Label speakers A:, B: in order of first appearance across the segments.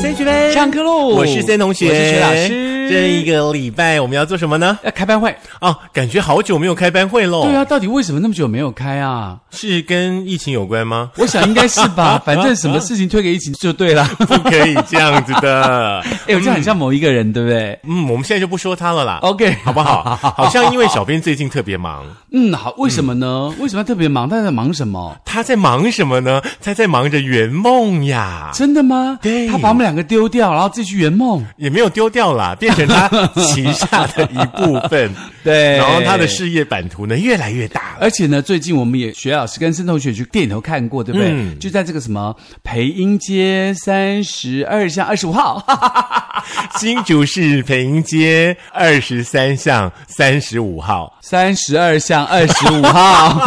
A: 森学们
B: 上课喽！
A: 我是森同学，
B: 我是徐老师。
A: 这一个礼拜我们要做什么呢？
B: 要开班会，
A: 啊，感觉好久没有开班会喽。
B: 对啊，到底为什么那么久没有开啊？
A: 是跟疫情有关吗？
B: 我想应该是 吧，反正什么事情推给疫情就对了。
A: 不可以这样子的。
B: 哎，我这很像某一个人，对不对
A: 嗯，我们现在就不说他了啦。
B: ？OK，
A: 好不好？好像因为小编最近特别忙，
B: 嗯，好，为什么呢？为什么要特别忙？他在忙什么？
A: 他在忙什么呢？他在忙着圆梦呀，
B: 真的吗？
A: 对
B: 他把我们两个丢掉，然后自己去圆梦。
A: 也没有丢掉啦，变成他旗下的一部 分。
B: 对
A: 然后他的事业版图呢越来越大了。
B: 而且呢，最近我们也学老师跟申同学去店里头看过，对不对？
A: 嗯
B: 就在这个什么培英街三十二巷二十五号，
A: 新竹市培英街二十三巷三十五号。
B: 三十二巷二十五号。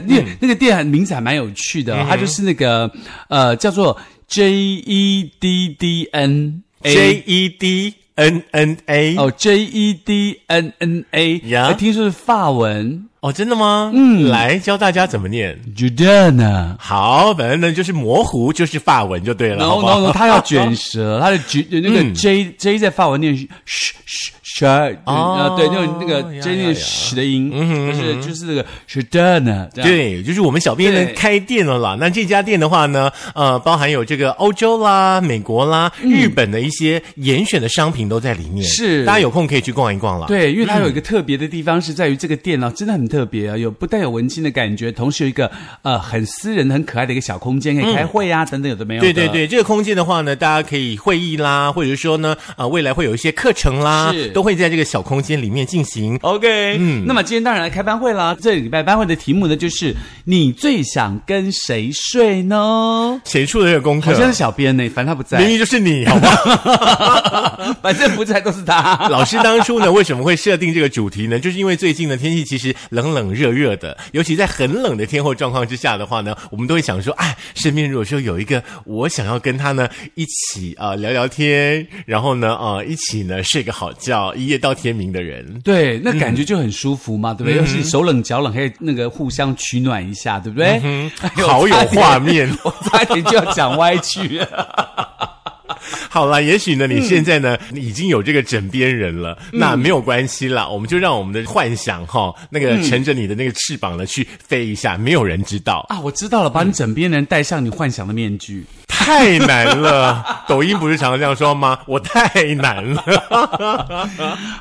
A: 嗯
B: 那个那个店很名字还蛮有趣的哦、它就是那个呃叫做 J E D D N A
A: J E D N N A
B: 哦 J E D N N A，
A: 呀
B: 哎听说是法文
A: 哦，真的吗？嗯，来教大家怎么念。
B: Judana。
A: 好，反正呢就是模糊，就是法文就对了，
B: 然
A: 好嗯
B: 后，
A: 不
B: 然后
A: 好？
B: 他要 卷舌，他的卷那个 J、J 在法文念是 sh sh
A: 哦
B: 啊，对，那种那个
A: 呀哦呀
B: J
A: 呀嗯
B: 念 sh 的音，就是就是那个 Judana，这样
A: 对，就是我们小编呢
B: 对
A: 开店了啦。那这家店的话呢，呃，包含有这个欧洲啦、美国啦、日本的一些严选的商品都在里面。
B: 是
A: 大家有空可以去逛一逛啦。，
B: 对，因为它
A: 嗯
B: 有一个特别的地方是在于这个店哦，真的很特别啊，有不但有文青的感觉，同时有一个呃很私人、很可爱的一个小空间，可以开会啊、等等，有的没有
A: 对
B: 的。
A: 嗯对对，这个空间的话呢，大家可以会议啦，或者是说呢，啊、未来会有一些课程啦
B: 是，
A: 都会在这个小空间里面进行。
B: OK，嗯，那么今天当然来开班会啦。这礼拜班会的题目呢，就是你最想跟谁睡呢？
A: 谁出的这个功课？
B: 好像是小编呢，反正他不
A: 明
B: 在，
A: 明就是你， 好不好？
B: 反正不在都是他。
A: 老师当初呢，为什么会设定这个主题呢？就是因为最近的天气其实冷冷热热的，尤其在很冷的天候状况之下的话呢，我们都会想说，哎，身边如果说有一个我想要跟他呢一起啊、呃聊聊天，然后呢呃一起呢睡个好觉，一夜到天明的 人。
B: 对，那感觉
A: 嗯
B: 就很舒服嘛，对不对？要是手冷脚冷，可以那个互相取暖一下，对不对？嗯
A: 好有画面，
B: 我差点就要讲歪去了。
A: 好啦，也许呢，你现在呢、已经有这个枕边人了，那没有关系啦，我们就让我们的幻想哈、那个乘着你的那个翅膀呢去飞一下，没有人知道。
B: 啊，我知道了，把你枕边人戴上你幻想的面具。
A: 太难 了。抖音不是常常这样说吗？我太难了。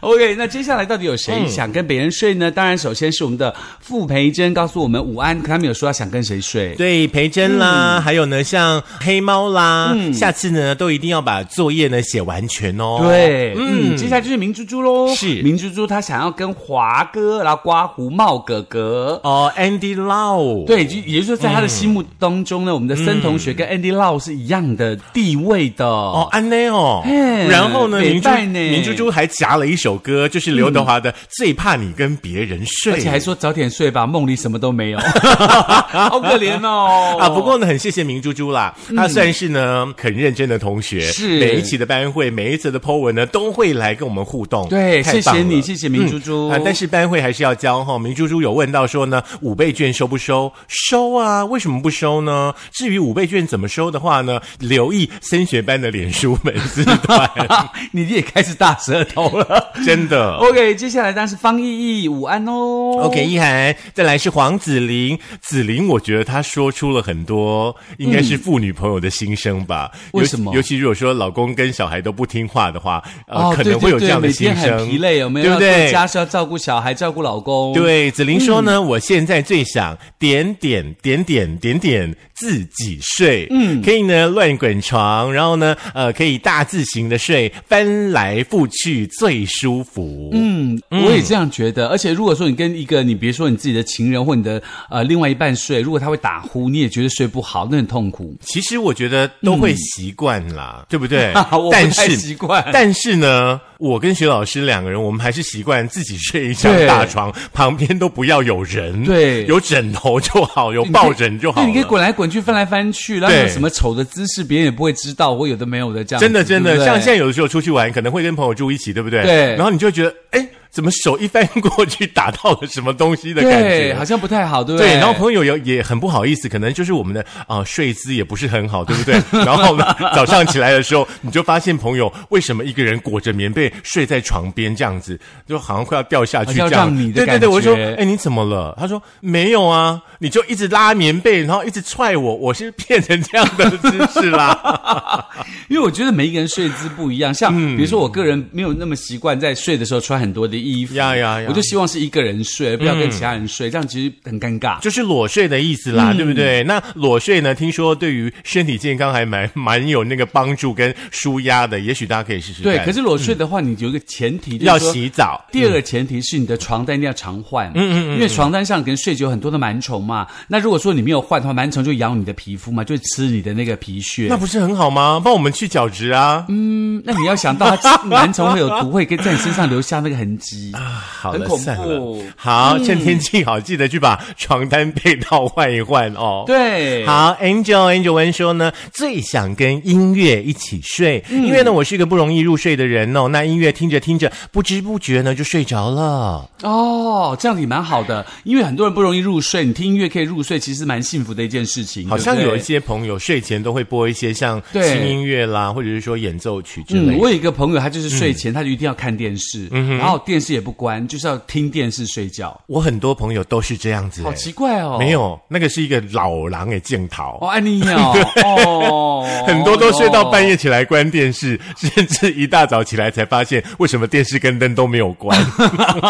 B: OK，那接下来到底有
A: 嗯
B: 谁想跟别人睡呢？当然，首先是我们的傅培珍告诉我们午安，可他没有说要想跟谁 睡。
A: 对，培珍啦，还有呢，像黑猫啦，下次呢都一定要把作业呢写完全哦。
B: 对，嗯，接下来就是明珠珠喽。
A: 是
B: 明珠珠，她想要跟华哥，然后刮胡茂哥哥。
A: 哦，Andy Lau，，
B: 对，就也就是说，在他的心目当中呢，
A: 嗯
B: 我们的森同学跟 Andy Lau 是一样的地位的。
A: 哦，
B: 哦，
A: 安内哦
B: 嘿，
A: 然后呢，
B: 美
A: 明珠
B: 拜呢
A: 明珠珠还夹了一首歌，就是刘德华的《最怕你跟别人睡》，
B: 而且还说早点睡吧，梦里什么 都没有， 好可怜哦。
A: 啊，不过呢，很谢谢明珠珠啦，
B: 嗯
A: 她算是呢很认真的同学，
B: 是
A: 每一期的班会，每一次的 po 文呢，都会来跟我们互动。
B: 对，
A: 太
B: 谢
A: 棒
B: 谢你，
A: 了
B: 谢谢明珠珠。
A: 啊，但是班会还是要交哈、明珠珠有问到说呢，五倍券收不收？收啊，为什么不收呢？至于五倍券怎么收的话呢，留意升学班的脸书粉丝 团，
B: 你也开始大舌头了。
A: 真的。
B: OK，接下来当然是方毅毅，午安哦。
A: OK，意涵，再来是黄子玲。子玲，我觉得她说出了很多，应该是妇女朋友的心声吧。
B: 嗯为
A: 尤其
B: 什么
A: 尤其如果说老公跟小孩都不听话的话，呃，
B: 哦，
A: 可
B: 对
A: 能会有这样的
B: 对
A: 心
B: 对每天
A: 声。
B: 很疲累，有没有？
A: 对不
B: 要
A: 对
B: 做？家嗯事要照顾小孩，照顾老公。，
A: 对，子玲说呢，我现在最想点点点点点点自己睡，嗯，可以呢乱滚床，然后呢，呃，可以大字型的睡，翻来覆去最舒服。嗯，
B: 嗯，我也这样觉得。而且如果说你跟一个你别说你自己的情人或你的呃另外一半睡，如果他会打呼，你也觉得睡不好，那很痛苦。？
A: 其实我觉得都会习惯啦，对不对
B: 嗯 我不
A: 但
B: 太
A: 是
B: 习惯。
A: 但是呢，我跟徐老师两个人，我们还是习惯自己睡一张
B: 对
A: 大床，旁边都不要有人，
B: 对
A: 有枕头就好，有
B: 你可以
A: 抱枕就好
B: 对，你可以
A: 了。
B: 滚来滚去，翻来翻去，然后
A: 对
B: 有什么丑的姿势，别人也不会知道。我有的没有的这样子，
A: 真的，真
B: 啊对
A: 的，
B: 不对
A: 像现在有的时候出去玩，可能会跟朋友住一起，对不对？
B: 对
A: 然后你就会觉得，哎，怎么手一翻过去打到了什么东西的感
B: 对，
A: 觉
B: 好。像不太好，对不
A: 对，然后朋友也也很不好意思，可能就是我们的啊、呃睡姿也不是很好，对 不对？然后呢，早上起来的时候，你就发现朋友为什么一个人裹着棉被睡在床边这样子，就好像快要掉下去
B: 好
A: 这
B: 像
A: 样。
B: 要让你的
A: 对对对，
B: 感
A: 我就说，
B: 觉
A: 哎，你怎么了？他说没有啊，你就一直拉棉被，然后一直踹我，我是变成这样的姿势 啦。
B: 因为我觉得每一个人睡姿不一样，像
A: 嗯
B: 比如说我个人没有那么习惯在睡的时候穿很多的衣服，
A: 呀呀呀嗯
B: 我就希望是一个人睡，而不要跟其他人睡，这样其实很尴尬。
A: 就是裸睡的意思啦，
B: 嗯
A: 对不对？那裸睡呢，听说对于身体健康还蛮蛮有那个帮助跟舒压的，也许大家可以试试看。
B: 对，可是裸睡的话，你有一个前提，就是
A: 要
B: 说
A: 洗澡。
B: 第二个前提是你的床单一定要常换，嗯嗯因为床单上可能睡久很多的螨虫嘛。那如果说你没有换的话，螨虫就咬你的皮肤嘛，就吃你的那个皮屑。
A: 那不是很好吗？帮我们去角质啊！
B: 嗯那你要想到它 螨虫会有毒，会跟在你身上留下那个痕迹，
A: 好
B: 很
A: 了，
B: 恐
A: 散了
B: 怖。。
A: 好，趁天气好，记得去把床单被套换一换哦。。
B: 对，
A: 好，Angel Angel 温说呢，最想跟音乐一起睡，
B: 嗯
A: 因为呢，我是一个不容易入睡的人哦。那音乐听着听着，不知不觉呢就睡着了。
B: 哦，这样也蛮好的，因为很多人不容易入睡，你听音乐可以入睡，其实蛮幸福的一件事情。
A: 好像
B: 对不对
A: 有一些朋友睡前都会播一些像
B: 嗯对
A: 轻音乐啦，或者是说演奏曲之
B: 嗯，
A: 类的。
B: 我有一个朋友，他就是睡前、他就一定要看电视，然后电视也不关，就是要听电视睡觉，
A: 我很多朋友都是这样子、
B: 好
A: 欸
B: 奇怪哦。
A: 没有，那个是一个老狼欸诶，剑桃。
B: 哦，爱你哦，哦，
A: 很多都睡到半夜起来关电视， 甚至一大早起来才发现为什么电视跟灯都没有 关，
B: 哟，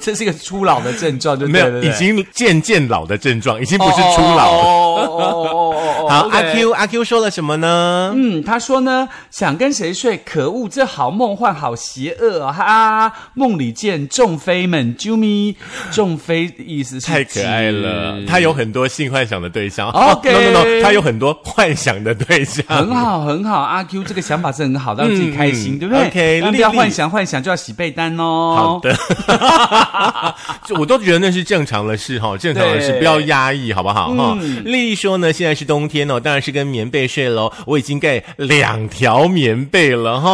B: 这是一个初老的症状，就
A: 没有，已经渐渐老的症状，已经不是初老了。
B: 哦哦哦哦哦哦，
A: 好，阿
B: ，OK。
A: Q 阿 Q 说了什么呢？
B: 嗯，他说呢，想跟谁睡？可恶，这好梦幻，好邪恶啊！哈哈，梦里见众妃们，啾 咪，众妃意思是
A: 太可爱了，
B: 指
A: 他有很多性幻想的对象。
B: 嗯 OK
A: no no no，他有很多幻想的对象。
B: 很好，很好，阿 Q 这个想法是很好，让自己开心，
A: 嗯
B: 对不对
A: OK，
B: 那不要
A: 丽丽
B: 幻想，幻想就要洗被单哦。
A: 好的， 就我都觉得那是正常的事哈，正常的事，
B: 对
A: 不要压抑，好不好哈？丽丽说呢，现在是冬天哦，当然是跟棉被睡喽，我已经盖两条棉被了哈。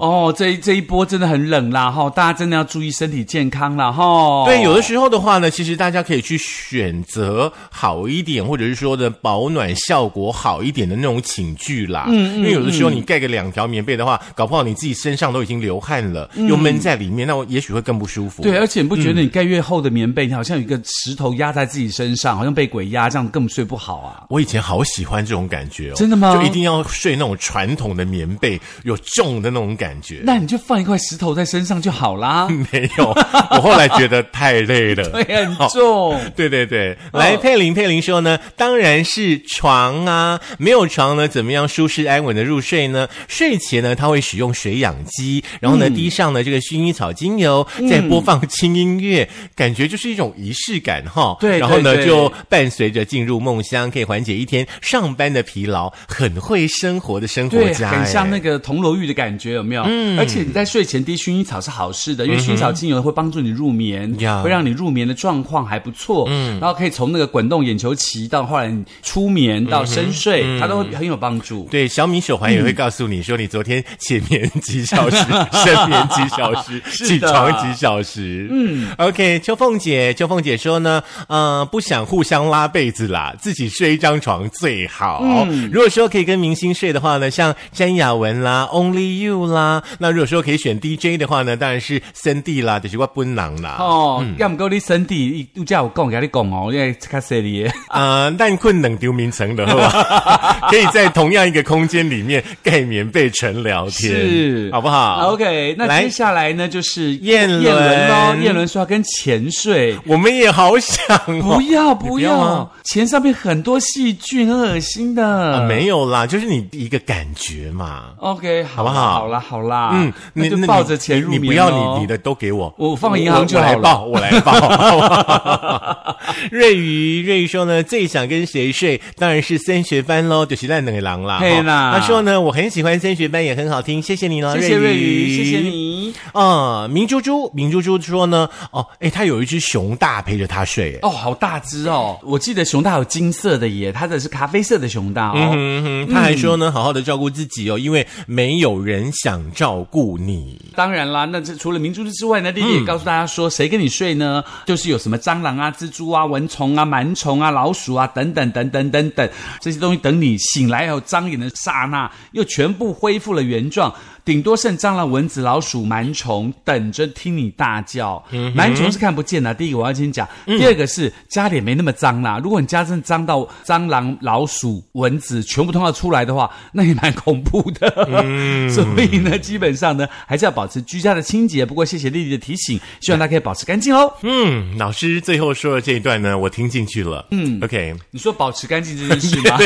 B: 哦，这一这一波真的很冷啦哈，大家真的要注意身体健康啦哈。
A: 对，有的时候的话呢，其实大家可以去选择好一点，或者是说的保暖效果好一点的那种寝具啦。嗯，因为有的时候你盖个两条棉被的话，搞不好你自己身上都已经流汗了，又闷在里面，那我也许会更不舒服。
B: 对，而且你不觉得
A: 嗯
B: 你盖越厚的棉被，你好像有一个石头压在自己身上，好像被鬼压，这样根本睡不好啊。
A: 我以前好喜欢这种感觉哦，
B: 真的吗
A: 就一定要睡那种传统的棉被，有重的那种感觉。
B: 那你就放一块石头在身上就好啦，
A: 没有，我后来觉得太累 了，
B: 会很
A: 好
B: 重。
A: 对对对，
B: 嗯
A: 来佩玲，佩玲说呢，当然是床啊，没有床呢，怎么样舒适安稳的入睡呢？睡前呢，他会使用水养机，然后呢，
B: 嗯
A: 滴上了这个薰衣草精油，再播放轻音乐，感觉就是一种仪式感哈。
B: 对
A: 然后呢，
B: 对对
A: 就伴随着进入梦乡，可以缓解一天上班的疲劳，很会生活的生活
B: 对，
A: 家，
B: 很像
A: 哎
B: 那个铜楼玉的感觉，有没有？嗯。而且你在睡前滴薰衣草是好事的，因为薰衣草精油会帮助你入眠，
A: 嗯呀
B: 会让你入眠的状况还不错。嗯。然后可以从那个滚动眼球期到后来你出眠到深睡，它都会很有帮助。
A: 嗯对，小米手环也会
B: 嗯
A: 告诉你说，你昨天浅眠几小 时，深眠几小时，
B: 的
A: 起床几小时。嗯，OK，秋凤姐，秋凤姐说呢，呃，不想互相拉被子啦，自己睡一张床最好。
B: 嗯
A: 如果说可以跟明星睡的话呢，像詹雅雯啦、Only You 啦，那如果说可以选 DJ 的话呢，当然是森地啦，就是我本人啦。
B: 哦，
A: 嗯
B: 要唔够你身体，有叫我讲，跟你讲哦，因为较犀利。
A: 啊、但困冷丢名城的 话，可以在同样一个空间里面盖棉被纯聊天，
B: 是
A: 好不好
B: OK，那接
A: 来，
B: 下来呢就是
A: 燕伦
B: 燕伦喽，燕伦说要跟钱睡。
A: 我们也好想
B: 不
A: 哦。
B: 要
A: 你
B: 不
A: 不要吗
B: 要，钱上面很多细菌，很恶心的。
A: 啊没有啦，就是你一个感觉嘛。
B: OK，好
A: 好不好
B: 好啦，好啦，
A: 嗯，
B: 那
A: 你
B: 就
A: 那
B: 抱
A: 你
B: 着钱入
A: 你
B: 眠
A: 你不要
B: 咯
A: 你你的都给我，
B: 我放银行就
A: 我
B: 好
A: 来
B: 了
A: 报，我来报好不 好。瑞宇，瑞宇说呢，最想跟谁睡？当然是森学班喽，就是烂冷狼啦。
B: 嘿
A: 哈
B: 啦
A: 他说呢，我很喜欢森学班，也很好听，谢谢你喽，
B: 谢谢瑞
A: 瑞
B: 宇，谢谢。你。妮
A: 啊、明珠珠，明珠珠说呢，哦，哎，她有一只熊大陪着她睡，哎
B: 哦，好大只哦！我记得熊大有金色的耶，它的是咖啡色的熊大哦。
A: 嗯哼，他还说呢，好好的照顾自己哦，因为没有人想照顾你。
B: 当然啦，那这除了明珠之外呢，丽丽也告诉大家说，谁跟你睡呢？就是有什么蟑螂啊、蜘蛛啊、蚊虫啊、螨虫啊、老鼠啊等等等等等等这些东西，等你醒来还有张眼的刹那，又全部恢复了原状。顶多剩蟑螂、蚊子、老鼠、螨虫等着听你大叫。
A: 嗯
B: 螨虫是看不见的、第一个我要先讲，第二个是家里也没那么脏啦、如果你家真的脏到蟑螂、老鼠、蚊子全部通要出来的话，那也蛮恐怖的。
A: 嗯
B: 所以呢，基本上呢，还是要保持居家的清洁。不过谢谢丽丽的提醒，希望大家可以保持干净哦。
A: 嗯，老师最后说的这一段呢，我听进去了。嗯，OK，
B: 你说保持干净这件事 吗？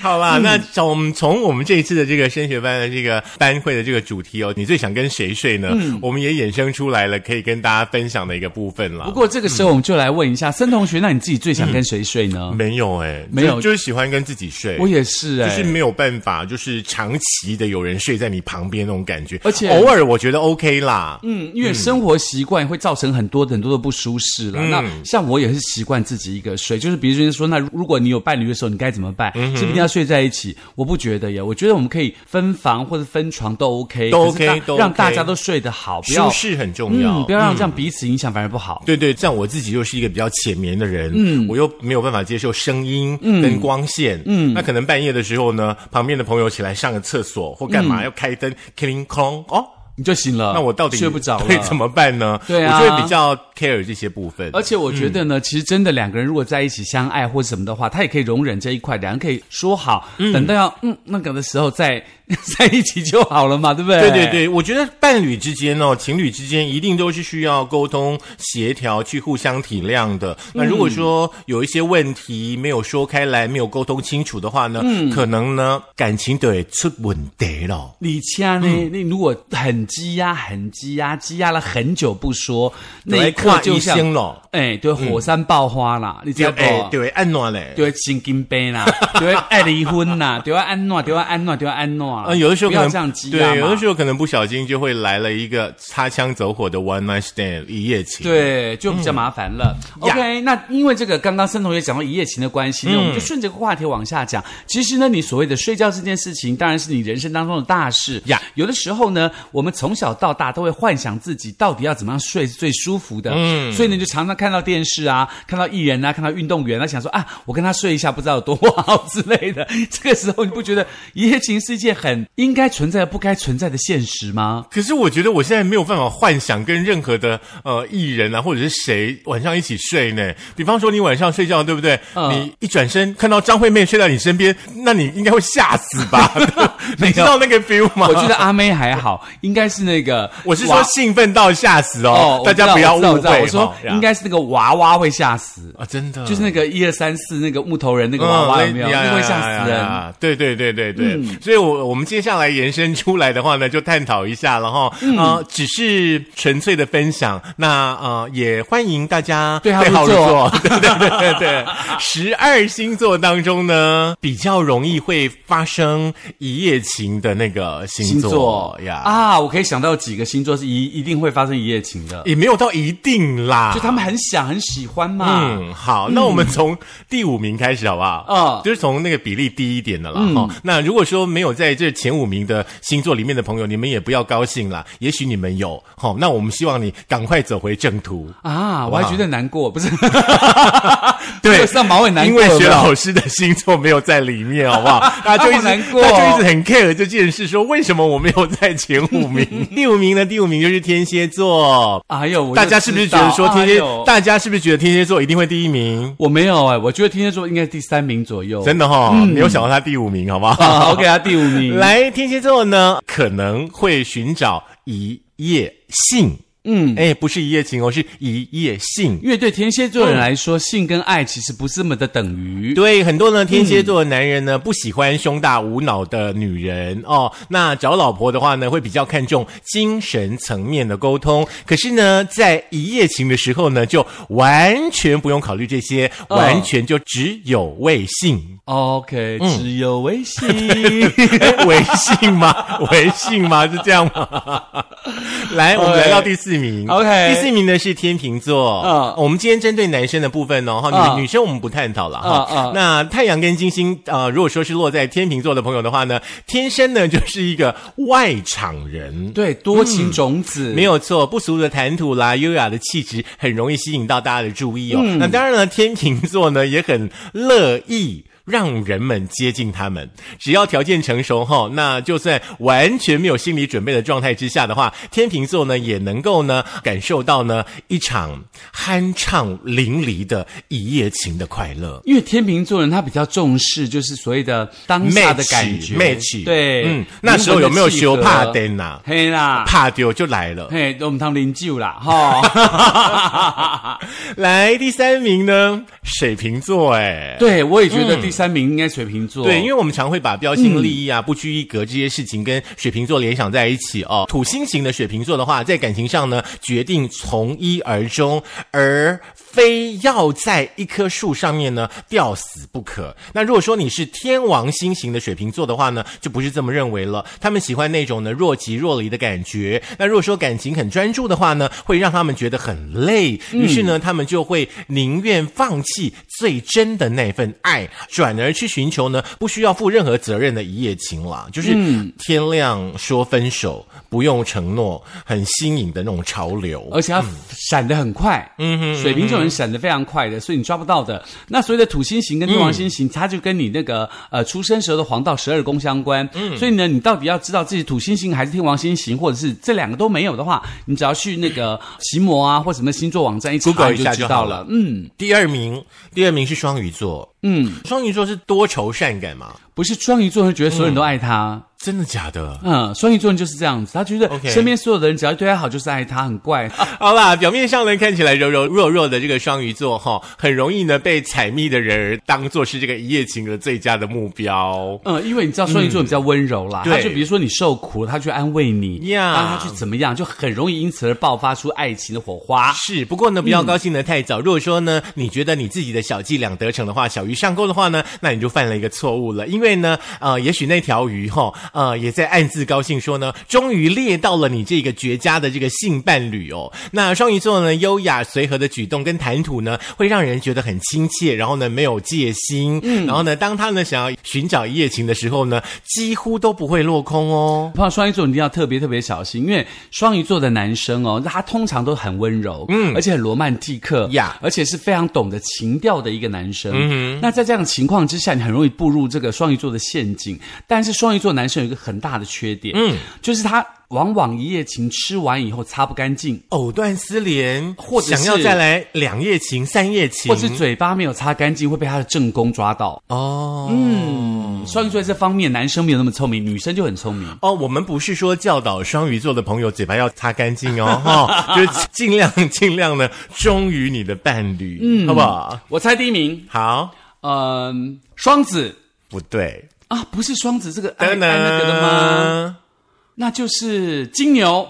A: 好啦，那从我们从我们这一次的这个升学班的这个班会的这个主题哦，你最想跟谁睡呢？我们也衍生出来了，可以跟大家分享的一个部分啦。
B: 不过这个时候我们就来问一下森同学，那你自己最想跟谁睡呢？
A: 没有哎、
B: 没有
A: 就就是喜欢跟自己睡。
B: 我也是哎、
A: 就是没有办法，就是长期的有人睡在你旁边那种感觉，
B: 而且
A: 偶尔我觉得 OK 啦，嗯，
B: 嗯，因为生活习惯会造成很多很多的不舒适
A: 嗯
B: 了。那像我也是习惯自己一个睡，就是比如说，那如果你有伴侣的时候，你该怎么办？
A: 嗯
B: 是不是一定要睡在一起？我不觉得耶，我觉得我们可以分房或者分床都 OK，
A: 都
B: 可是大
A: OK，都
B: 让
A: OK
B: 大家都睡得好，不
A: 舒
B: 要
A: 适很重要，
B: 嗯，不要让这样彼此影响，反而不好。
A: 对对，像我自己又是一个比较浅眠的人，嗯，我又没有办法接受声音跟光线，嗯，那可能半夜的时候呢，旁边的朋友起来上个厕所
B: 嗯
A: 或干嘛、要开灯，cling clong 哦，
B: 你就行了。
A: 那我到底
B: 啊睡不着了，
A: 对， 怎么办呢？
B: 对啊
A: 我就会比较 care 这些部分，
B: 而且我觉得
A: 嗯
B: 呢，其实真的两个人如果在一起相爱或者什么的话，他也可以容忍这一块，两人可以说好，等到要嗯那个的时候再 在一起就好了嘛，对不对？
A: 对对对，我觉得伴侣之间哦，情侣之间一定都是需要沟通协调，去互相体谅的。那
B: 嗯
A: 如果说有一些问题没有说开来，没有沟通清楚的话呢，
B: 嗯
A: 可能呢感情就会出问题了。
B: 你
A: 嗯
B: 掐呢？你啊如果很积压、很积压、积压了很久不说，那一刻
A: 看
B: 就
A: 医
B: 像
A: 生了。
B: 哎，对，火山爆发啦，你知
A: 对
B: 道不？
A: 哎，对，按暖嘞。
B: 对，神经病啦，对，爱离婚啦， 对，安诺，对，安诺，对，安诺。
A: 啊，有的时候
B: 不
A: 可
B: 要
A: 能
B: 这样积
A: 对
B: 压，
A: 有的
B: 嘛。
A: 时候可能不小心就会来了一个擦枪走火的 one night stand 一夜情。，
B: 对，就比较麻烦了。
A: 呀
B: OK，那因为这个刚刚森同学讲到一夜情的关
A: 嗯
B: 系，那我们就顺着这个话题往下讲。其实呢，你所谓的睡觉这件事情，当然是你人生当中的大事
A: 呀
B: 有的时候呢，我们从小到大都会幻想自己到底要怎么样睡是最舒服的。嗯，所以呢，就常常看到电视啊，看到艺人啊，看到运动员啊，想说啊，我跟他睡一下，不知道有多好之类的。 这个时候，你不觉得一夜情是一件很应该存在、不该存在的现实吗？
A: 可是我觉得我现在没有办法幻想跟任何的呃艺人啊，或者是谁晚上一起睡呢。比方说你晚上睡觉，对不对？
B: 嗯
A: 你一转身看到张惠妹睡在你身边，那你应该会吓死 吧？你知道那个 feel 吗？
B: 我觉得阿妹还好，应该是那个
A: 我是
B: 娃
A: 说兴奋到吓死哦
B: 哦，，
A: 大家
B: 我
A: 不
B: 知道
A: 要误
B: 我知道
A: 会。
B: 我知道我
A: 哈
B: 说应该是那个娃娃会吓死，
A: 啊，真的
B: 就是那个一二三四那个木头人那个娃娃有没有？
A: 嗯呀
B: 那个会吓
A: 呀
B: 死
A: 呀
B: 人。嗯
A: 呀对对对对对，所以我我们接下来延伸出来的话呢，就探讨一下了哈。
B: 嗯
A: 呃，只是纯粹的分享，那呃也欢迎大家
B: 对号啊
A: 对号入
B: 入
A: 座
B: 座。
A: 对对对对对，十二星座当中呢，比较容易会发生一夜情的那个星
B: 星
A: 座
B: 座
A: 呀。
B: 啊，我可以想到几个星座是一一定会发生一夜情的，
A: 也没有到一定啦，
B: 就他们很想很喜欢嘛。
A: 啊嗯，好，那我们从第五名开始好不好？
B: 啊嗯
A: 就是从那个比例低一点的啦。哈、那如果说没有在这前五名的星座里面的朋友，你们也不要高兴啦，也许你们有。好、那我们希望你赶快走回正途。
B: 啊，我还觉得难过，不是？
A: 对，
B: 上毛很难
A: 因
B: 过
A: 为
B: 了，
A: 学老师的星座没有在里面，好不 好？大家就一直
B: 好难过
A: 大家就一直很 care 这件事，说为什么我没有在前五 名？第五名呢？第五名就是天蝎座。
B: 哎呦，我就
A: 大家是不是觉得说
B: 知道
A: 天蝎？
B: 哎呦
A: 大家是不是觉得天蝎座一定会第一名？
B: 我没有哎，我觉得天蝎座应该第三名左右。
A: 真的哈、没有想到他第五名，好不好？
B: 哦 啊，我给他第五名。
A: 来，天蝎座呢，可能会寻找一夜性。嗯，哎，不是一夜情哦，是一夜性。
B: 因为对天蝎座人来
A: 嗯
B: 说，性跟爱其实不是那么的等于。
A: 对，很多呢天蝎座的男人呢、不喜欢胸大无脑的女人哦。那找老婆的话呢，会比较看重精神层面的沟通。可是呢，在一夜情的时候呢，就完全不用考虑这些，
B: 嗯
A: 完全就只有为性。
B: OK，、只
A: 嗯
B: 有微 信。
A: 哎微信吗？微信吗？是这样吗？ 来，我们来到第四名。
B: OK
A: 第四名呢是天秤座。
B: 嗯
A: 我们今天针对男生的部分哦，哈，女、
B: 嗯
A: 女生我们不探讨了哈。
B: 嗯嗯
A: 那太阳跟金星呃，如果说是落在天秤座的朋友的话呢，天生呢就是一个外场人。
B: 对，多情种子、
A: 没。有错，不俗的谈吐啦，优雅的气质，很容易吸引到大家的注意哦。
B: 嗯
A: 那当然了，天秤座呢也很乐意。让人们接近他们，只要条件成熟哈，那就算完全没有心理准备的状态之下的话，天秤座呢也能够呢感受到呢一场酣畅淋漓的一夜情的快乐。
B: 因为天秤座人他比较重视就是所谓的当下的嗯感觉
A: match，match
B: 对，
A: 嗯那时候有没有修怕
B: 的？
A: 灯呐？
B: 嘿啦，
A: 怕丢就来了。
B: 嘿，都唔通啉酒啦， 哈。
A: 来第三名呢，水瓶座哎。
B: 对，我也觉得第三名应该水瓶座，
A: 对，因
B: 为
A: 为我们常会把标新立异啊、不拘一格这些事情跟水瓶座联想在一起哦。土星型的水瓶座的话，在感情上呢，决定从一而终，而非要在一棵树上面呢吊死不可。那如果说你是天王星型的水瓶座的话呢，就不是这么认为了。他们喜欢那种呢呃若即若离的感觉。那如果说感情很专注的话呢，会让他们觉得很累，于是呢，他们就会宁愿放弃最真的那份爱，转而去寻求呢不需要负任何责任的一夜情啦，就是天亮说分手，不用承诺，很新颖的那种潮流。
B: 而且它闪得很快，嗯哼，呃水瓶座人闪得非常快的，所以你抓不到的。那所谓的土星型跟天王
A: 嗯
B: 星型，它就跟你那个呃出生时候的黄道十二宫相关，嗯，所以呢，你到底要知道自己土星型还是天王星型，或者是这两个都没有的话，你只要去那个奇摩啊或什么星座网站一查
A: Google
B: 你
A: 一
B: 就
A: 下
B: 知
A: 就
B: 道
A: 好
B: 了
A: 了，
B: 嗯。
A: 第二名，第二名是双鱼座。嗯，双鱼座是多愁善感嘛？
B: 不是双鱼座人觉得所
A: 嗯
B: 有人都爱他，
A: 真的假的？
B: 嗯，双鱼座人就是这样子，他觉得
A: OK
B: 身边所有的人只要对他好就是爱他，很怪。
A: 好啦，表面上呢看起来柔柔弱弱的这个双鱼座哈、很容易呢被采蜜的人儿当做是这个一夜情的最佳的目标。
B: 嗯，因为你知道双鱼座比较温柔啦，
A: 嗯
B: 他就
A: 对
B: 比如说你受苦了，他去安慰你，
A: 呀
B: 让他去怎么样，就很容易因此而爆发出爱情的火花。
A: 是，不过呢，不要高兴得太早。如果说呢，你觉得你自己的小伎俩得逞的话，小鱼上钩的话呢，那你就犯了一个错误了。因为呢，呃，也许那条鱼哈、呃，也在暗自高兴说呢，终于猎到了你这个绝佳的这个性伴侣哦。那双鱼座呢，优雅随和的举动跟谈吐呢，会让人觉得很亲切，然后呢，没有戒心。嗯，然后呢，当他呢想要寻找一夜情的时候呢，几乎都不会落空哦。
B: 碰到双鱼座，你一定要特别特别小心，因为双鱼座的男生哦，他通常都很温柔，嗯，而且很罗曼蒂克
A: 呀
B: 而且是非常懂得情调的一个男生。嗯，那在这样的情况之下，你很容易步入这个双鱼座的陷阱。但是双鱼座男生有一个很大的缺点，嗯，就是他往往一夜情吃完以后擦不干净。
A: 藕断丝连，
B: 或者是
A: 想要再来两夜情、三夜情，
B: 或是嘴巴没有擦干净，会被他的正宫抓到。
A: 哦，嗯。
B: 双鱼座在这方面，男生没有那么聪明，女生就很聪明。
A: 哦，我们不是说教导双鱼座的朋友嘴巴要擦干净哦，哈、 就是尽量尽量呢忠于你的伴侣，嗯，好不好？
B: 我猜第一名，
A: 好，
B: 嗯、双子
A: 不对，
B: 啊，不是双子这个爱爱那个的吗？那就是金牛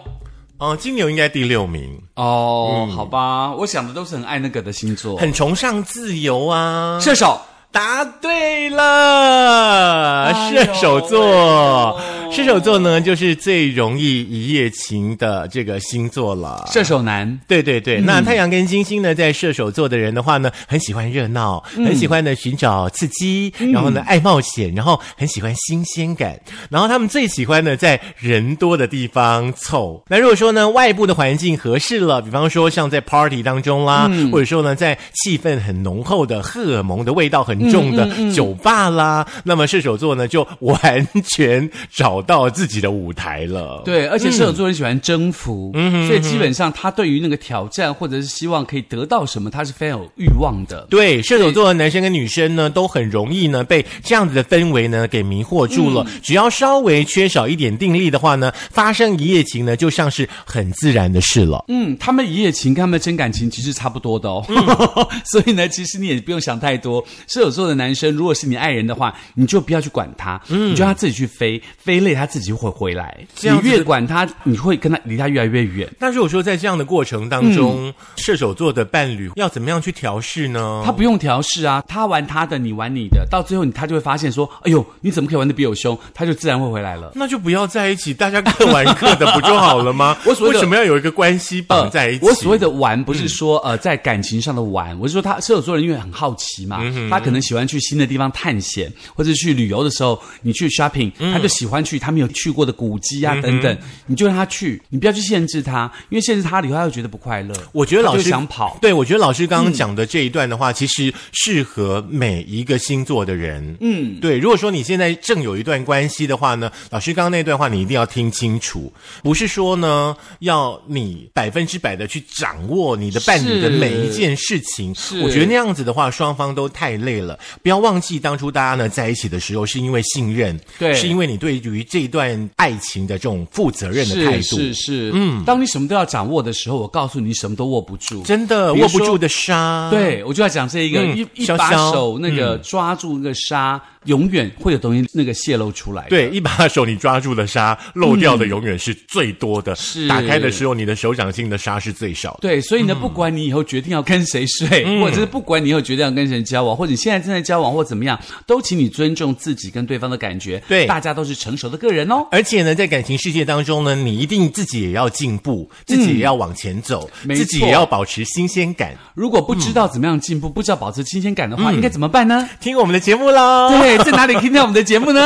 A: 哦，金牛应该第六名，
B: 哦，好吧，我想的都是很爱那个的星座。
A: 很崇尚自由啊。
B: 射手，
A: 答对了，
B: 哎呦
A: 射手座
B: 哎呦。
A: 射手座呢，就是最容易一夜情的这个星座了。
B: 射手男，
A: 对对对，那太阳跟金星呢，在射手座的人的话呢，很喜欢热闹，很喜欢呢寻找刺激，然后呢爱冒险，然后很喜欢新鲜感，然后他们最喜欢呢在人多的地方凑。那如果说呢外部的环境合适了，比方说像在 party 当中啦，或者说呢在气氛很浓厚的荷尔蒙的味道很很重的酒吧啦。那么射手座呢，就完全找到自己的舞台了。
B: 对，而且射手座很喜欢征服，所以基本上他对于那个挑战或者是希望可以得到什么，他是非常有欲望的。
A: 对，射手座的男生跟女生呢，都很容易呢被这样子的氛围呢给迷惑住了。
B: 嗯
A: 只要稍微缺少一点定力的话呢，发生一夜情呢，就像是很自然的事了。
B: 嗯，他们一夜情跟他们真感情其实差不多的哦，
A: 嗯
B: 所以呢，其实你也不用想太多。射手座的男生，如果是你爱人的话，你就不要去管他，你就让他自己去飞，飞累他自己就会回来。
A: 嗯这样子
B: 你越管他，你会跟他离他越来越远。
A: 那如果说在这样的过程当中，射手座的伴侣要怎么样去调试呢？
B: 他不用调试啊，他玩他的，你玩你的，到最后你他就会发现说，哎呦，你怎么可以玩的比我凶？他就自然会回来了。
A: 那就不要在一起，大家各玩各 的，不就好了吗？
B: 我所谓
A: 为
B: 的呃
A: 什么要有一个关系绑在一起？嗯
B: 我所谓的玩，不是说、呃在感情上的玩，我是说他射手座人因为很好奇嘛，
A: 嗯
B: 他可能喜欢去新的地方探险，或者去旅游的时候，你去 shopping，、他
A: 嗯
B: 就喜欢去他没有去过的古迹啊、等等，你就让他去，你不要去限制他，因为限制他了以后他会觉得不快乐。
A: 我觉得老
B: 他就
A: 师
B: 想跑，
A: 对我觉得老师刚
B: 嗯
A: 刚讲的这一段的话，其实适合每一个星座的人。嗯，对。如果说你现在正有一段关系的话呢，老师刚刚那段话你一定要听清楚，不是说呢要你百分之百的去掌握你的伴侣的
B: 是
A: 每一件事情。
B: 是
A: 我觉得那样子的话，双方都太累了。不要忘记当初大家呢在一起的时候，是因为信任，
B: 对
A: 是因为你对于这一段爱情的这种负责任的态度。
B: 是是是，嗯，当你什么都要掌握的时候，我告诉你，什么都握不住。
A: 真的
B: 比如
A: 握不
B: 说
A: 住的沙，
B: 对，我就要讲这一个、
A: 嗯
B: 一一
A: 小
B: 把
A: 小
B: 手那个抓住那个沙，永远会有东西那个泄露出来的。
A: 对，一把手你抓住的沙，漏掉的永远是最多的。
B: 嗯是
A: 打开的时候，你的手掌心的沙是最少的。
B: 对，所以呢，不管你以后决定要跟谁睡，
A: 嗯
B: 或者是不管你以后决定要跟谁交往，或者你现在正在交往或怎么样，都请你尊重自己跟对方的感觉。
A: 对
B: 大家都是成熟的个人哦。
A: 而且呢，在感情世界当中呢，你一定自己也要进步，自己也要往前走，
B: 嗯没
A: 自己
B: 错
A: 也要保持新鲜感。
B: 如果不知道怎么样进步，不知道保持新鲜感
A: 嗯
B: 的话，应该怎么办呢？
A: 听我们的节目 喽，
B: 对，在哪里听到我们的节 目呢？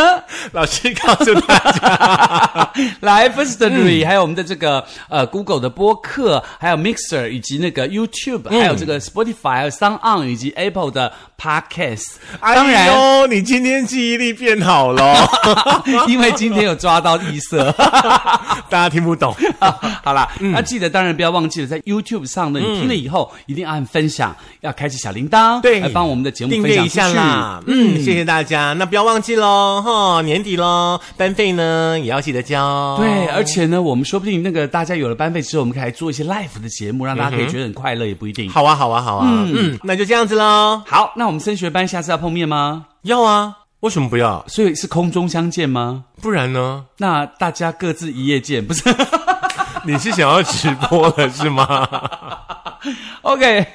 A: 老师告诉大家。
B: 来
A: 嗯
B: Firstory，、还有我们的这个呃 Google 的播客，还有 Mixer，以及那个 YouTube，、还
A: 嗯
B: 有这个 Spotify，还有 s o n On，以及 Apple 的 Podcast。当然，
A: 哎呦，你今天记忆力变好 了，
B: 因为今天有抓到异色。
A: 大家听不懂。
B: 好啦，
A: 嗯
B: 那记得当然不要忘记了，在 YouTube 上呢，你听了以后一定按分享，要开启小铃铛，
A: 对，
B: 来帮我们的节目
A: 订
B: 分
A: 阅
B: 享
A: 一下
B: 出去
A: 啦。嗯，谢谢大家。那不要忘记喽，哈，年底喽，班费呢也要记得交。
B: 对，而且呢，我们说不定那个大家有了班费之后，我们可以来做一些 live 的节目，让大家可以觉得很快乐，也不一定。
A: 好啊，好啊，好啊，嗯，那就这样子喽。
B: 好，那我们升学班下次要碰面吗？
A: 要啊，为什么不要？
B: 所以是空中相见吗？
A: 不然呢？
B: 那大家各自一夜见，不 是
A: 你是想要直播了是吗？
B: ？OK。